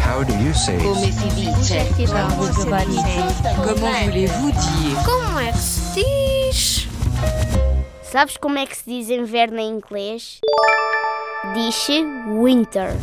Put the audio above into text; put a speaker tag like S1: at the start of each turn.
S1: How do you say?
S2: Come si dice?
S3: Como se diz?
S4: Comment voulez-vous dire
S3: Como é que se diz?
S5: Sabes como é que se diz inverno em inglês? Diz-se winter.